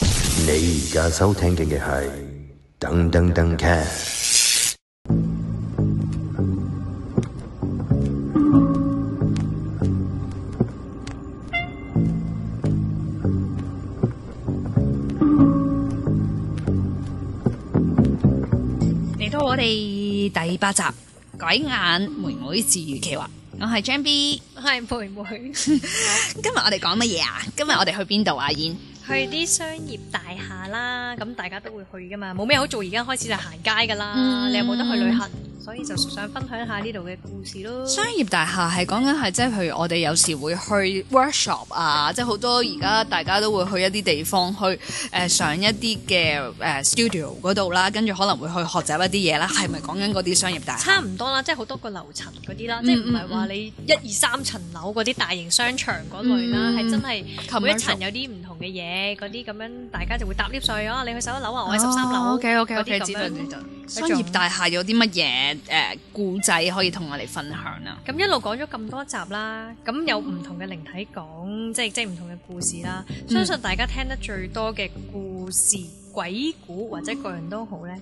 你而家收聽嘅係噔噔噔 cast。嚟到我哋第八集《鬼眼妹妹治愈企劃》，我係 Jam B。我係妹 妹，今日我哋講乜嘢啊？今日我哋去邊度啊？燕去啲商業大廈啦，咁大家都會去噶嘛，冇咩好做，而家開始就行街噶啦，嗯你又冇得去旅行，所以就想分享下呢度嘅故事咯。商業大廈係講緊係即係，譬如我哋有時會去 workshop 啊，即係好多而家大家都會去一啲地方去誒、呃上一啲嘅誒 studio 嗰度啦，跟住可能會去學習一啲嘢啦。係咪講緊嗰啲商業大廈？差唔多啦，即係好多個樓層嗰啲啦，嗯即係唔係話你一二三層樓嗰啲大型商場嗰類啦，嗯係真係每一 Commercial 層有啲唔同嘅嘢，嗰啲咁樣大家就會搭 lift 上去啊，你去十一樓啊，我喺十三樓，OK OK 嗰啲 OK，咁哦知道知樣。道。商業大廈有啲乜嘢誒故仔可以同我哋分享啊？咁一路講咗咁多集啦，咁有唔同嘅靈體講，即係即係唔同嘅故事啦。嗯相信大家聽得最多嘅故事、鬼故或者各樣都好咧，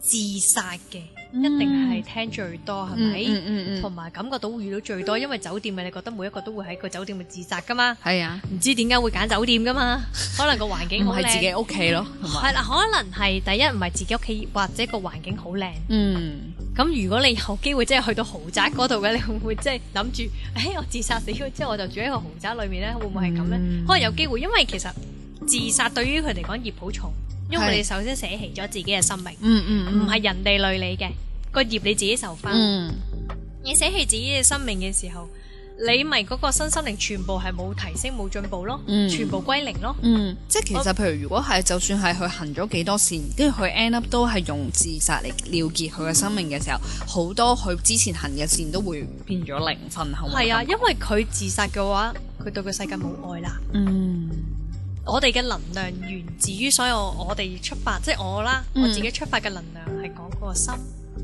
自殺嘅一定係聽最多，係嗯嗯咪？嗯嗯同埋感覺到會遇到最多，因為酒店嘅你覺得每一個都會喺個酒店度自殺噶嘛，係啊，唔知點解會揀酒店噶嘛？可能個環境唔好靚，係自己屋企咯，同埋係啦，可能係第一唔係自己屋企，或者個環境好靚。嗯，咁如果你有機會即係去到豪宅嗰度嘅，你會唔會即係諗住，誒、我自殺死咗之後，我就住喺個豪宅裏面咧，會唔會係咁咧？嗯可能有機會，因為其實自殺對於佢嚟講業好重，因為係你首先捨棄咗自己嘅生命，嗯嗯嗯唔係人哋累你嘅個業你自己受翻。嗯你捨棄自己嘅生命嘅時候，你咪嗰個身心靈全部係冇提升冇進步咯，嗯全部歸零咯。嗯，即係其實譬如如果係就算係佢行咗幾多線，跟住佢 end up 都係用自殺嚟了結佢嘅生命嘅時候，好多佢之前行嘅線都會變咗零分，係咪？係啊，因為佢自殺嘅話，佢對個世界冇愛啦。嗯我哋嘅能量源自於所有我哋出發，即係我啦，嗯我自己出發嘅能量係講嗰個心。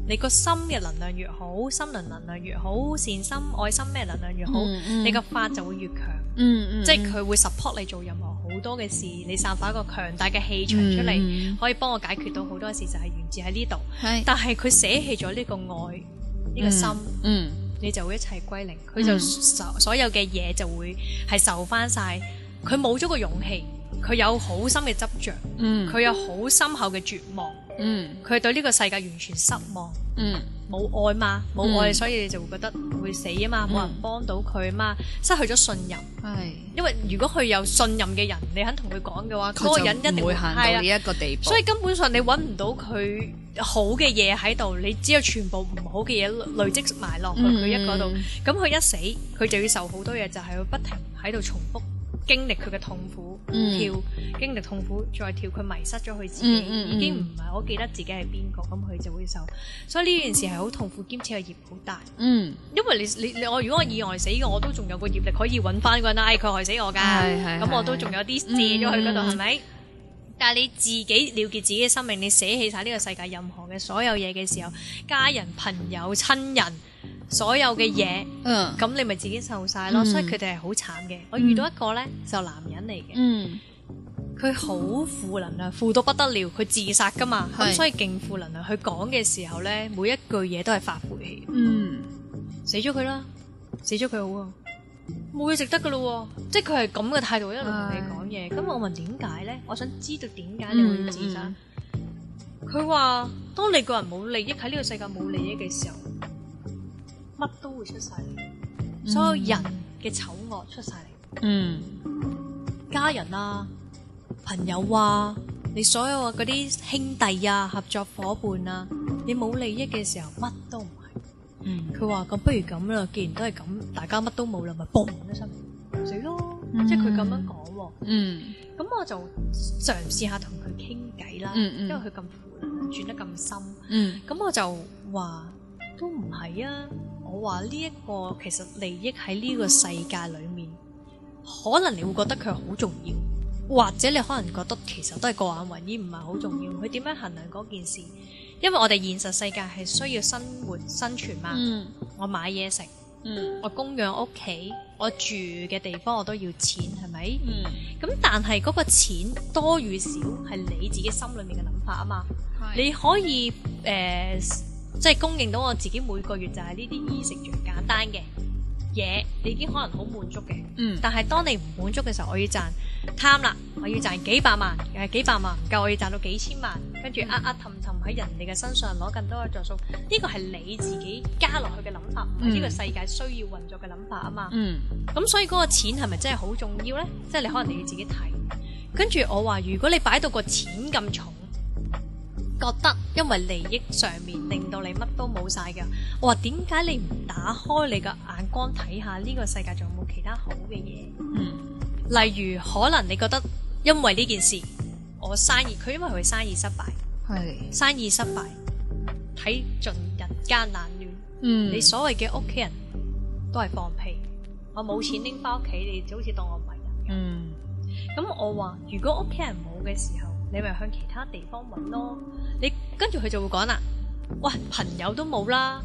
你個心嘅能量越好，心靈能量越好，善心愛心咩能量越好，嗯嗯你個法就會越強，嗯嗯，即係佢會 support 你做任何好多嘅事，你散發一個強大嘅氣場出嚟，嗯嗯可以幫我解決到好多事，就係源自喺呢度。係但係佢捨棄咗呢個愛，呢、個心。嗯嗯你就會一齊歸零，佢就嗯受所有嘅嘢就會係受翻晒。佢冇咗個勇氣，佢有好深嘅執着，嗯佢有好深厚嘅絕望，嗯佢對呢個世界完全失望，嗯冇愛嘛，冇愛，嗯所以你就會覺得會死啊嘛，冇嗯人幫到佢啊嘛，失去咗信任。係，因為如果佢有信任嘅人，你肯同佢講嘅話，嗰個人一佢就定唔會行到係啊呢一個地步，所以根本上你揾唔到佢好嘅嘢喺度，你只有全部唔好嘅嘢累積埋落去嗯佢一個度嗯，咁佢一死，佢就要受好多嘢，就係、佢不停喺度重複經歷佢嘅痛苦，嗯跳經歷痛苦再跳，佢迷失咗佢自己，嗯嗯嗯已經唔係好記得自己係邊個，咁佢就會受。所以呢件事係好痛苦，兼且個業好大。嗯因為你你你我如果我意外死嘅，我都仲有個業力可以揾翻嗰個人啦，哎佢害死我㗎，係係嗯咁係我都仲有啲借咗佢嗰度係咪？但係你自己了結自己嘅生命，你捨棄晒呢個世界任何嘅所有嘢嘅時候，家人、朋友、親人，所有嘅嘢，嗯咁你咪自己受晒咯。嗯所以佢哋係好慘嘅。我遇到一個呢，就男人嚟嘅，嗯佢好負能量，負到不得了，佢自殺㗎嘛，係咁所以勁負能量。佢講嘅時候呢，每一句嘢都係發晦氣。嗯死咗佢啦，死咗佢好啊，冇嘢值得噶咯喎，即係佢係咁嘅態度一路同你講嘢。咁我問點解咧？我想知道點解你會自殺嗯。佢話：當你個人冇利益喺呢個世界冇利益嘅時候，乜都會出晒嚟，所有人嘅醜惡出晒嚟，嗯家人啊、朋友啊、你所有嗰啲兄弟啊、合作伙伴啊，你冇利益嘅時候，乜都唔係。嗯佢話：咁不如咁啦，既然都係咁，大家乜都冇啦，咪嘣一聲死咯！嗯即係佢咁樣講喎。嗯咁我就嘗試下同佢傾偈啦，嗯嗯因為佢咁負能量，轉得咁深。嗯咁我就話都唔係啊！我話呢一個其實利益喺呢個世界裏面，可能你會覺得佢好重要，或者你可能覺得其實都係過眼雲煙，唔係好重要。佢點樣衡量嗰件事？因為我哋現實世界係需要生活生存嘛。嗯我買嘢食，嗯我供養屋企，我住嘅地方我都要錢，係咪？嗯，咁但係嗰個錢多與少係你自己心裏面嘅諗法啊嘛。你可以诶、呃即係供應到我自己每個月就係呢啲衣食最簡單嘅嘢，你已經可能好滿足嘅。嗯但係當你唔滿足嘅時候，我要賺貪啦，我要賺幾百萬，诶幾百萬唔夠，我要賺到幾千萬，跟住呃呃氹氹喺人哋嘅身上攞更多嘅着數。呢個係你自己加落去嘅諗法，唔係呢個嗯世界需要運作嘅諗法啊嘛。嗯咁所以嗰個錢係咪真係好重要呢？即係你可能你要自己睇。跟住我話，如果你擺到個錢咁重，覺得因為利益上面令到你乜都冇晒嘅，我話點解你唔打開你個眼光睇下呢個世界仲有冇其他好嘅嘢？嗯例如可能你覺得因為呢件事，我生意佢因為佢生意失敗，係生意失敗睇盡人間冷暖。嗯你所謂嘅屋企人都係放屁，我冇錢拎翻屋企，你就好似當我唔係人咁。嗯咁、我話如果屋企人冇嘅時候，你咪向其他地方揾咯。你跟住佢就會講啦，喂，朋友都冇啦，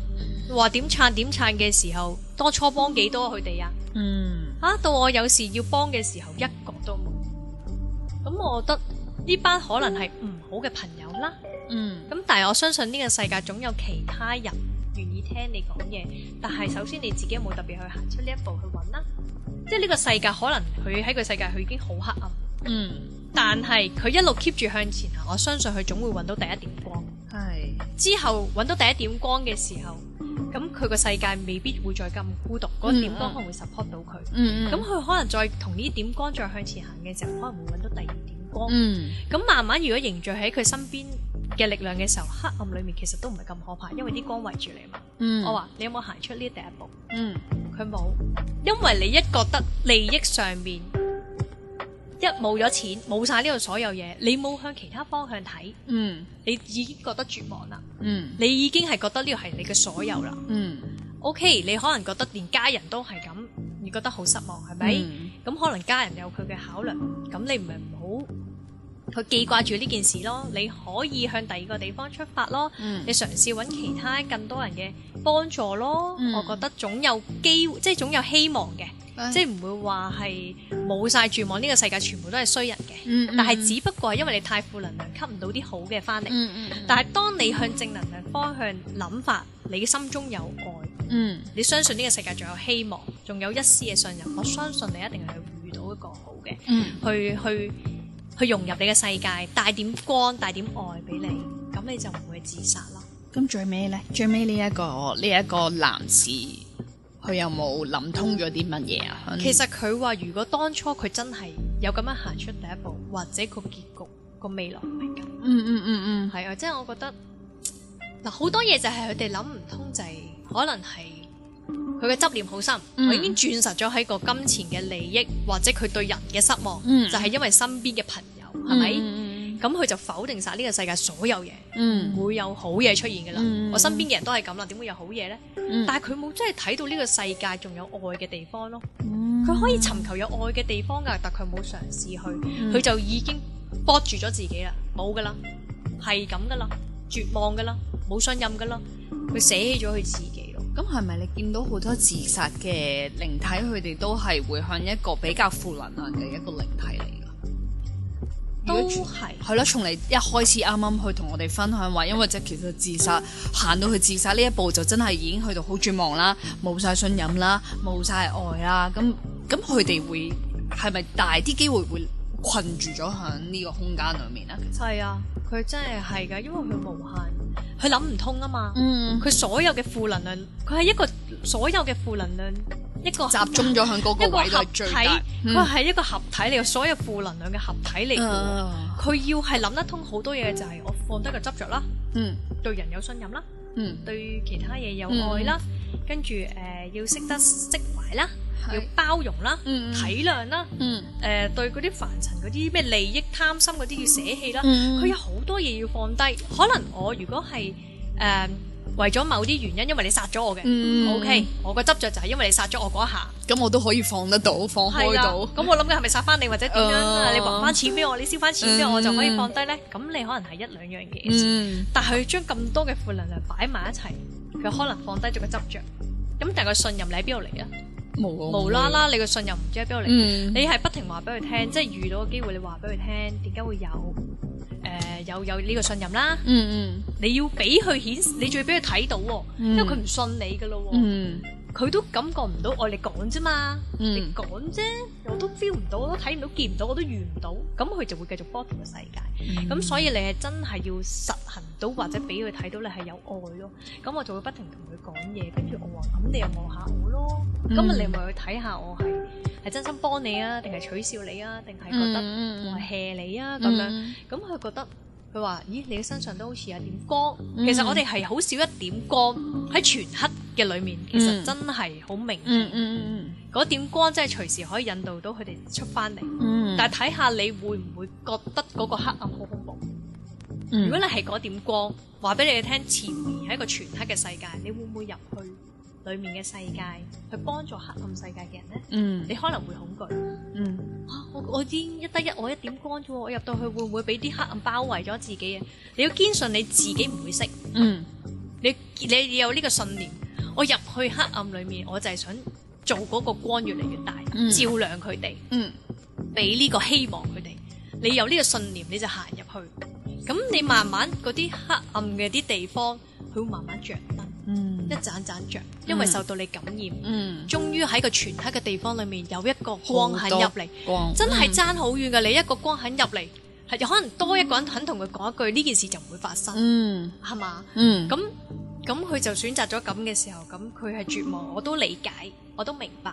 話點撐點撐嘅時候，當初幫幾多佢哋啊？嗯啊，到我有事要幫嘅時候，一個都冇。咁我覺得呢班可能係唔好嘅朋友啦。嗯咁但係我相信呢個世界總有其他人願意聽你講嘢，但係首先你自己有冇特別去行出呢一步去揾啦。即係呢個世界可能佢喺個世界佢已經好黑暗，嗯但係佢一路 keep 住向前行，我相信佢總會揾到第一點光。係之後揾到第一點光嘅時候，咁佢個世界未必會再咁孤獨，嗰、嗯點光可能會 support 到佢。嗯咁佢、可能再同呢點光再向前行嘅時候，可能會揾到第二點光。嗯咁慢慢如果凝聚喺佢身邊嘅力量嘅時候，黑暗裏面其實都唔係咁可怕，因為啲光圍住你嘛。嗯我話你有冇行出呢第一步？嗯佢冇，因為你一覺得利益上面一冇咗錢，冇晒呢度所有嘢，你冇向其他方向睇，嗯你已經覺得絕望啦，嗯你已經係覺得呢個係你嘅所有啦。嗯 OK，你可能覺得連家人都係咁，你覺得好失望係咪？咁、可能家人有佢嘅考量，咁你咪唔好去記掛住呢件事咯。你可以向第二個地方出發咯，嗯你嘗試揾其他更多人嘅幫助咯。嗯嗯我覺得總有機會，即係總有希望嘅，即係唔會話係冇晒絕望。呢、個世界全部都係衰人嘅，嗯但係只不過係因為你太負能量，吸唔到啲好嘅翻嚟。嗯嗯但係當你向正能量方向諗法，你嘅心中有愛。嗯你相信呢個世界仲有希望，仲有一絲嘅信任，我相信你一定係遇到一個好嘅，嗯去去去融入你嘅世界，帶點光，帶點愛俾你，咁你就唔會自殺啦。咁最尾咧，最尾呢一個呢一個男士，佢有冇諗通咗啲乜嘢啊？其實佢話，如果當初佢真係有咁樣行出第一步，或者個結局個未來唔係咁，嗯嗯嗯係啊，即係我覺得嗱，好多嘢就係佢哋諗唔通，就係、可能係。佢嘅執念好深，嗯佢已經鑽實咗喺個金錢嘅利益，或者佢對人嘅失望，嗯就係因為身邊嘅朋友，嗯，係咪？咪？咁佢就否定晒呢個世界所有嘢，嗯唔會有好嘢出現嘅啦。嗯我身邊嘅人都係咁啦，點會有好嘢呢？嗯但係佢冇真係睇到呢個世界仲有愛嘅地方咯。佢佢可以尋求有愛嘅地方㗎，但佢冇嘗試去，嗯佢、就已經搏住咗自己啦，冇㗎啦，係咁㗎啦，絕望㗎啦，冇信任㗎啦，佢捨棄咗佢自己咯。咁係咪你見到好多自殺嘅靈體，佢哋都係會向一個比較負能量嘅一個靈體嚟㗎？如都果係係咯，從你一開始啱啱去同我哋分享話，因為即係其實自殺行到去自殺呢一步，就真係已經去到好絕望啦，冇晒信任啦，冇晒愛啦，咁咁佢哋會係咪大啲機會會困住咗喺呢個空間裡面咧？其實係啊，佢真係係㗎，因為佢無限，佢諗唔通啊嘛。嗯，佢所有嘅負能量，佢係一個所有嘅負能量一個集中咗喺嗰一個個位度係合體，最大。嗯佢係一個合體嚟，嘅，所有負能量嘅合體嚟嘅喎。嗯佢、要係諗得通好多嘢，就係、我放低個執着啦，嗯對人有信任啦，嗯，對其他嘢有愛啦，跟住誒、呃要識得釋懷啦，係要包容啦，嗯嗯體諒啦，嗯誒、對嗰啲凡塵嗰啲咩利益貪心嗰啲要捨棄啦。嗯佢有好多嘢要放低。可能我如果係誒、呃、為咗某啲原因，因為你殺咗我嘅、嗯 o k 我個執着就係因為你殺咗我嗰一下，咁我都可以放得到，放開係啦。到。咁我諗緊係咪殺翻你或者點樣啊？哦你還翻錢俾我，你燒翻錢俾我，嗯我就可以放低咧。咁你可能係一兩樣嘢，嗯但係佢將咁多嘅負能量擺埋一齊，佢可能放低咗個執着。咁但係個信任你喺邊度嚟啊？冇無啦，啦你個信任唔知喺邊度嚟，嗯，你係不停話俾佢聽，即係遇到個機會你話俾佢聽，點解會有誒有有呢個信任啦？嗯你要俾佢顯示，你仲要俾佢睇到喎，嗯因為佢唔信你噶咯喎。嗯佢都感覺唔到我哋講啫嘛，嗯你講啫，我都 feel 唔到，我都睇唔到，見唔到，我都遇唔到，咁佢就會繼續 follow 個世界。嗯，咁、所以你係真係要實行到，或者俾佢睇到你係有愛咯。咁我就會不停同佢講嘢，跟住我話：咁你又望下我咯，咁、嗯你咪去睇下我係係真心幫你啊，定係取笑你啊，定係覺嗯得我係 hea 你啊咁樣。樣，咁佢覺得佢話：咦，你嘅身上都好似有一點光。嗯其實我哋係好少一點光喺全黑嘅裏面，其實嗯真係好明嗯顯。嗯嗰、點光真係隨時可以引導到佢哋出翻嚟。嗯，但係睇下你會唔會覺得嗰個黑暗好恐怖？如如果你係嗰點光，話俾你哋聽，前面係一個全黑嘅世界，你會唔會入去裡面嘅世界去幫助黑暗世界嘅人呢？嗯你可能會恐懼。嗯啊我我已經一得一，我一點光啫喎，我入到去會唔會俾啲黑暗包圍咗自己啊？你要堅信你自己唔會識，嗯你你有呢個信念，我入去黑暗裡面，我就係想做嗰個光越嚟越大，嗯照亮佢哋，嗯俾呢個希望佢哋。你有呢個信念，你就行入去，咁你慢慢嗰啲黑暗嘅啲地方，佢會慢慢着燈，嗯一盞盞着，因為嗯受到你感染，嗯終於喺個全黑嘅地方裡面有一個光肯入嚟。光真係爭好遠嘅，你一個光肯入嚟，係可能多一個人肯同佢講一句，呢件事就唔會發生，嗯係嘛、嗯咁咁佢就選擇咗咁嘅時候，咁佢係絕望，我都理解，我都明白，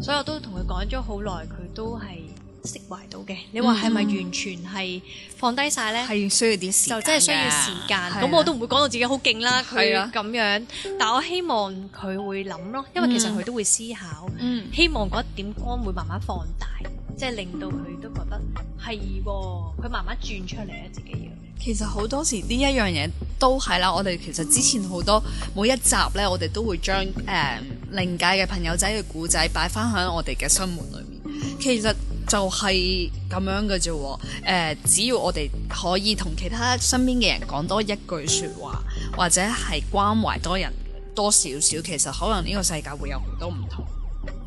所以我都同佢講咗好耐，佢都係釋懷到嘅。你話係咪嗯完全係放低晒呢？係需要啲時間就嘅，真係需要時間，係咁啦我都唔會講到自己好勁啦。佢係啊咁樣，但我希望佢會諗咯，因為其實佢都會思考。嗯希望嗰一點光會慢慢放大，即係令到佢都覺得係喎，佢慢慢轉出嚟啊自己要。其實好多時呢一樣嘢都係啦，我哋其實之前好多每一集呢，我哋都會將誒、靈界嘅朋友仔嘅故仔擺翻喺我哋嘅生活裏面。其實就係咁樣嘅啫喎。誒、只要我哋可以同其他身邊嘅人講多一句説話，或者係關懷多人多少少，其實可能呢個世界會有好多唔同。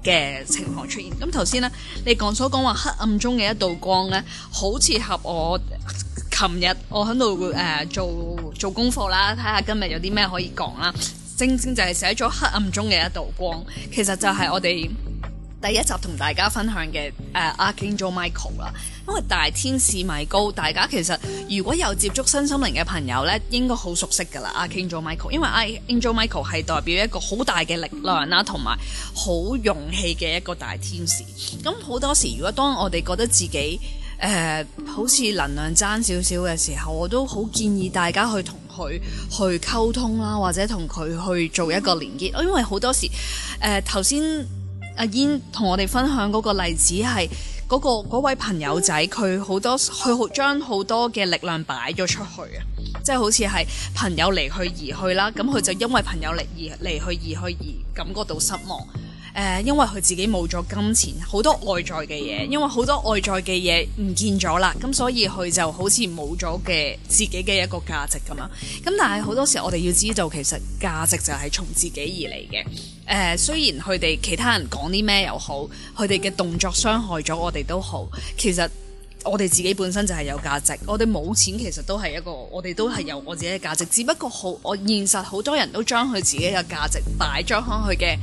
嘅情況出現。咁頭先呢，你講所講話黑暗中嘅一道光呢，好似合我琴日我喺度誒做做功課啦，睇下今日有啲咩可以講啦。正正就係寫咗黑暗中嘅一道光，其實就係我哋第一集同大家分享嘅誒 Archangel Michael 啦。因為大天使米高，大家其實如果有接觸身心靈嘅朋友呢，應該好熟悉㗎啦。Archangel Michael，因為 Archangel Michael 係代表一個好大嘅力量啦，同埋好勇氣嘅一個大天使。咁好多時，如果當我哋覺得自己誒、好似能量爭少少嘅時候，我都好建議大家去同佢去溝通啦，或者同佢去做一個連結，因為好多時誒頭先。阿煙同我哋分享嗰個例子係嗰、個嗰位朋友仔，佢好多佢好將好多嘅力量擺咗出去啊，即係好似係朋友離去而去啦，咁佢就因為朋友離而離去而去而感覺到失望。誒、因為佢自己冇咗金錢，好多外在嘅嘢，因為好多外在嘅嘢唔見咗啦，咁所以佢就好似冇咗嘅自己嘅一個價值咁樣。咁但係好多時我哋要知道，其實價值就係從自己而嚟嘅。誒、雖然佢哋其他人講啲咩又好，佢哋嘅動作傷害咗我哋都好，其實。我哋自己本身就係有價值，我哋冇錢其實都係一個，我哋都係有我自己嘅價值，只不過好，我現實好多人都將佢自己嘅價值擺咗喺佢嘅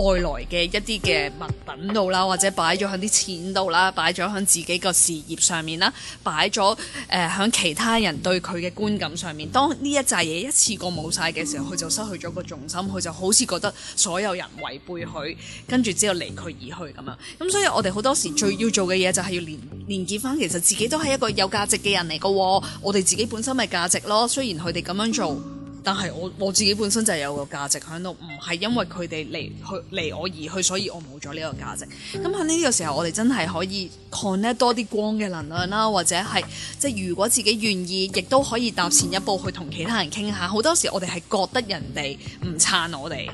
外來嘅一啲嘅物品度啦，或者擺咗喺啲錢度啦，擺咗喺自己個事業上面啦，擺咗誒喺其他人對佢嘅觀感上面。當呢一紮嘢一次過冇晒嘅時候，佢就失去咗個重心，佢就好似覺得所有人違背佢，跟住之後離佢而去咁樣。咁所以我哋好多時最要做嘅嘢就係要連連結翻，其實自己都係一個有價值嘅人嚟嘅喎。我哋自己本身咪價值咯，雖然佢哋咁樣做。但係我我自己本身就係有個價值喺度，唔係因為佢哋離去離我而去，所以我冇咗呢個價值。咁喺呢個時候，我哋真係可以 connect 多啲光嘅能量啦，或者係即係如果自己願意，亦都可以踏前一步去同其他人傾下。好多時我哋係覺得人哋唔撐我哋，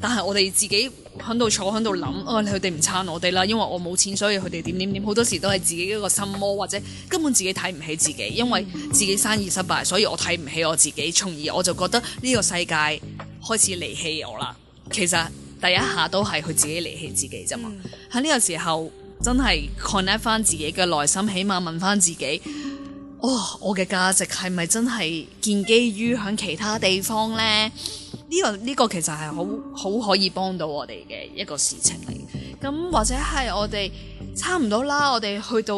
但係我哋自己喺度坐喺度諗，啊佢哋唔撐我哋啦，因為我冇錢，所以佢哋點點點。好多時都係自己一個心魔，或者根本自己睇唔起自己，因為自己生意失敗，所以我睇唔起我自己，從而我就覺得呢個世界開始離棄我啦。其實第一下都係佢自己離棄自己啫嘛。喺呢、個時候真係 connect 翻自己嘅內心，起碼問翻自己：哦，我嘅價值係咪真係建基於喺其他地方呢？呢、個呢、個其實係好好可以幫到我哋嘅一個事情嚟。咁或者係我哋差唔多啦，我哋去到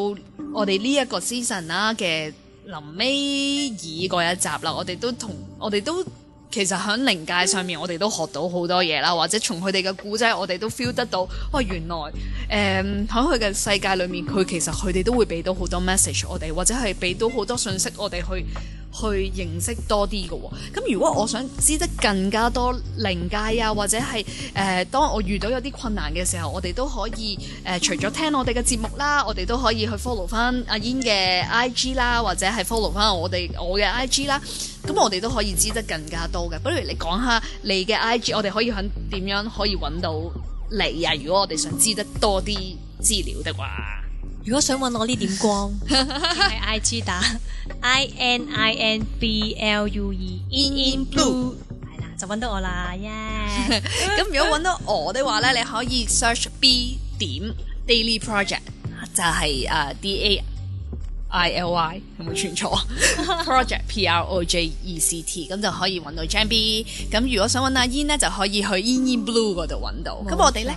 我哋呢一個 season 啦嘅臨尾二嗰一集啦，我哋都同我哋都其實喺靈界上面，我哋都學到好多嘢啦，或者從佢哋嘅故仔，我哋都 feel 得到，哇、原來誒喺佢嘅世界裏面，佢其實佢哋都會俾到好多 message 我哋，或者係俾到好多信息我哋去。去認識多啲嘅喎，咁如果我想知得更加多靈界啊，或者係誒、呃，當我遇到有啲困難嘅時候，我哋都可以誒、呃除咗聽我哋嘅節目啦，我哋都可以去 follow 翻阿煙嘅 IG 啦，或者係 follow 翻我哋我嘅 IG 啦，咁我哋都可以知得更加多嘅。不如你講下你嘅 IG，我哋可以喺點樣可以揾到你啊？如果我哋想知得多啲資料的話。如果想揾我呢點光，喺 I G 打 I N I N B L U E In In Blue，係啦，就揾到我啦，耶！ 咁如果揾到我的話咧，你可以 search B 點 Daily Project，就係誒 D A I L Y 有冇串錯？Project P R O J E C T，咁就可以揾到 Jam B。咁如果想揾阿煙咧，就可以去 In In Blue 嗰度揾到。咁我哋咧。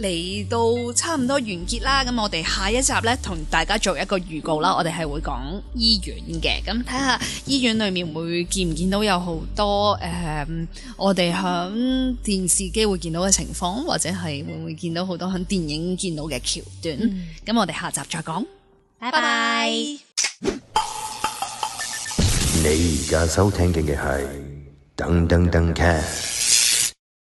嚟到差唔多完結啦，咁我哋下一集呢，同大家做一個預告啦，我哋係會講醫院嘅，咁睇下醫院裏面會見唔見到有好多誒、嗯我哋響電視機會見到嘅情況，或者係會唔會見到好多響電影見到嘅橋段？咁、我哋下集再講，嗯拜拜。你而家收聽嘅係噔噔噔 c a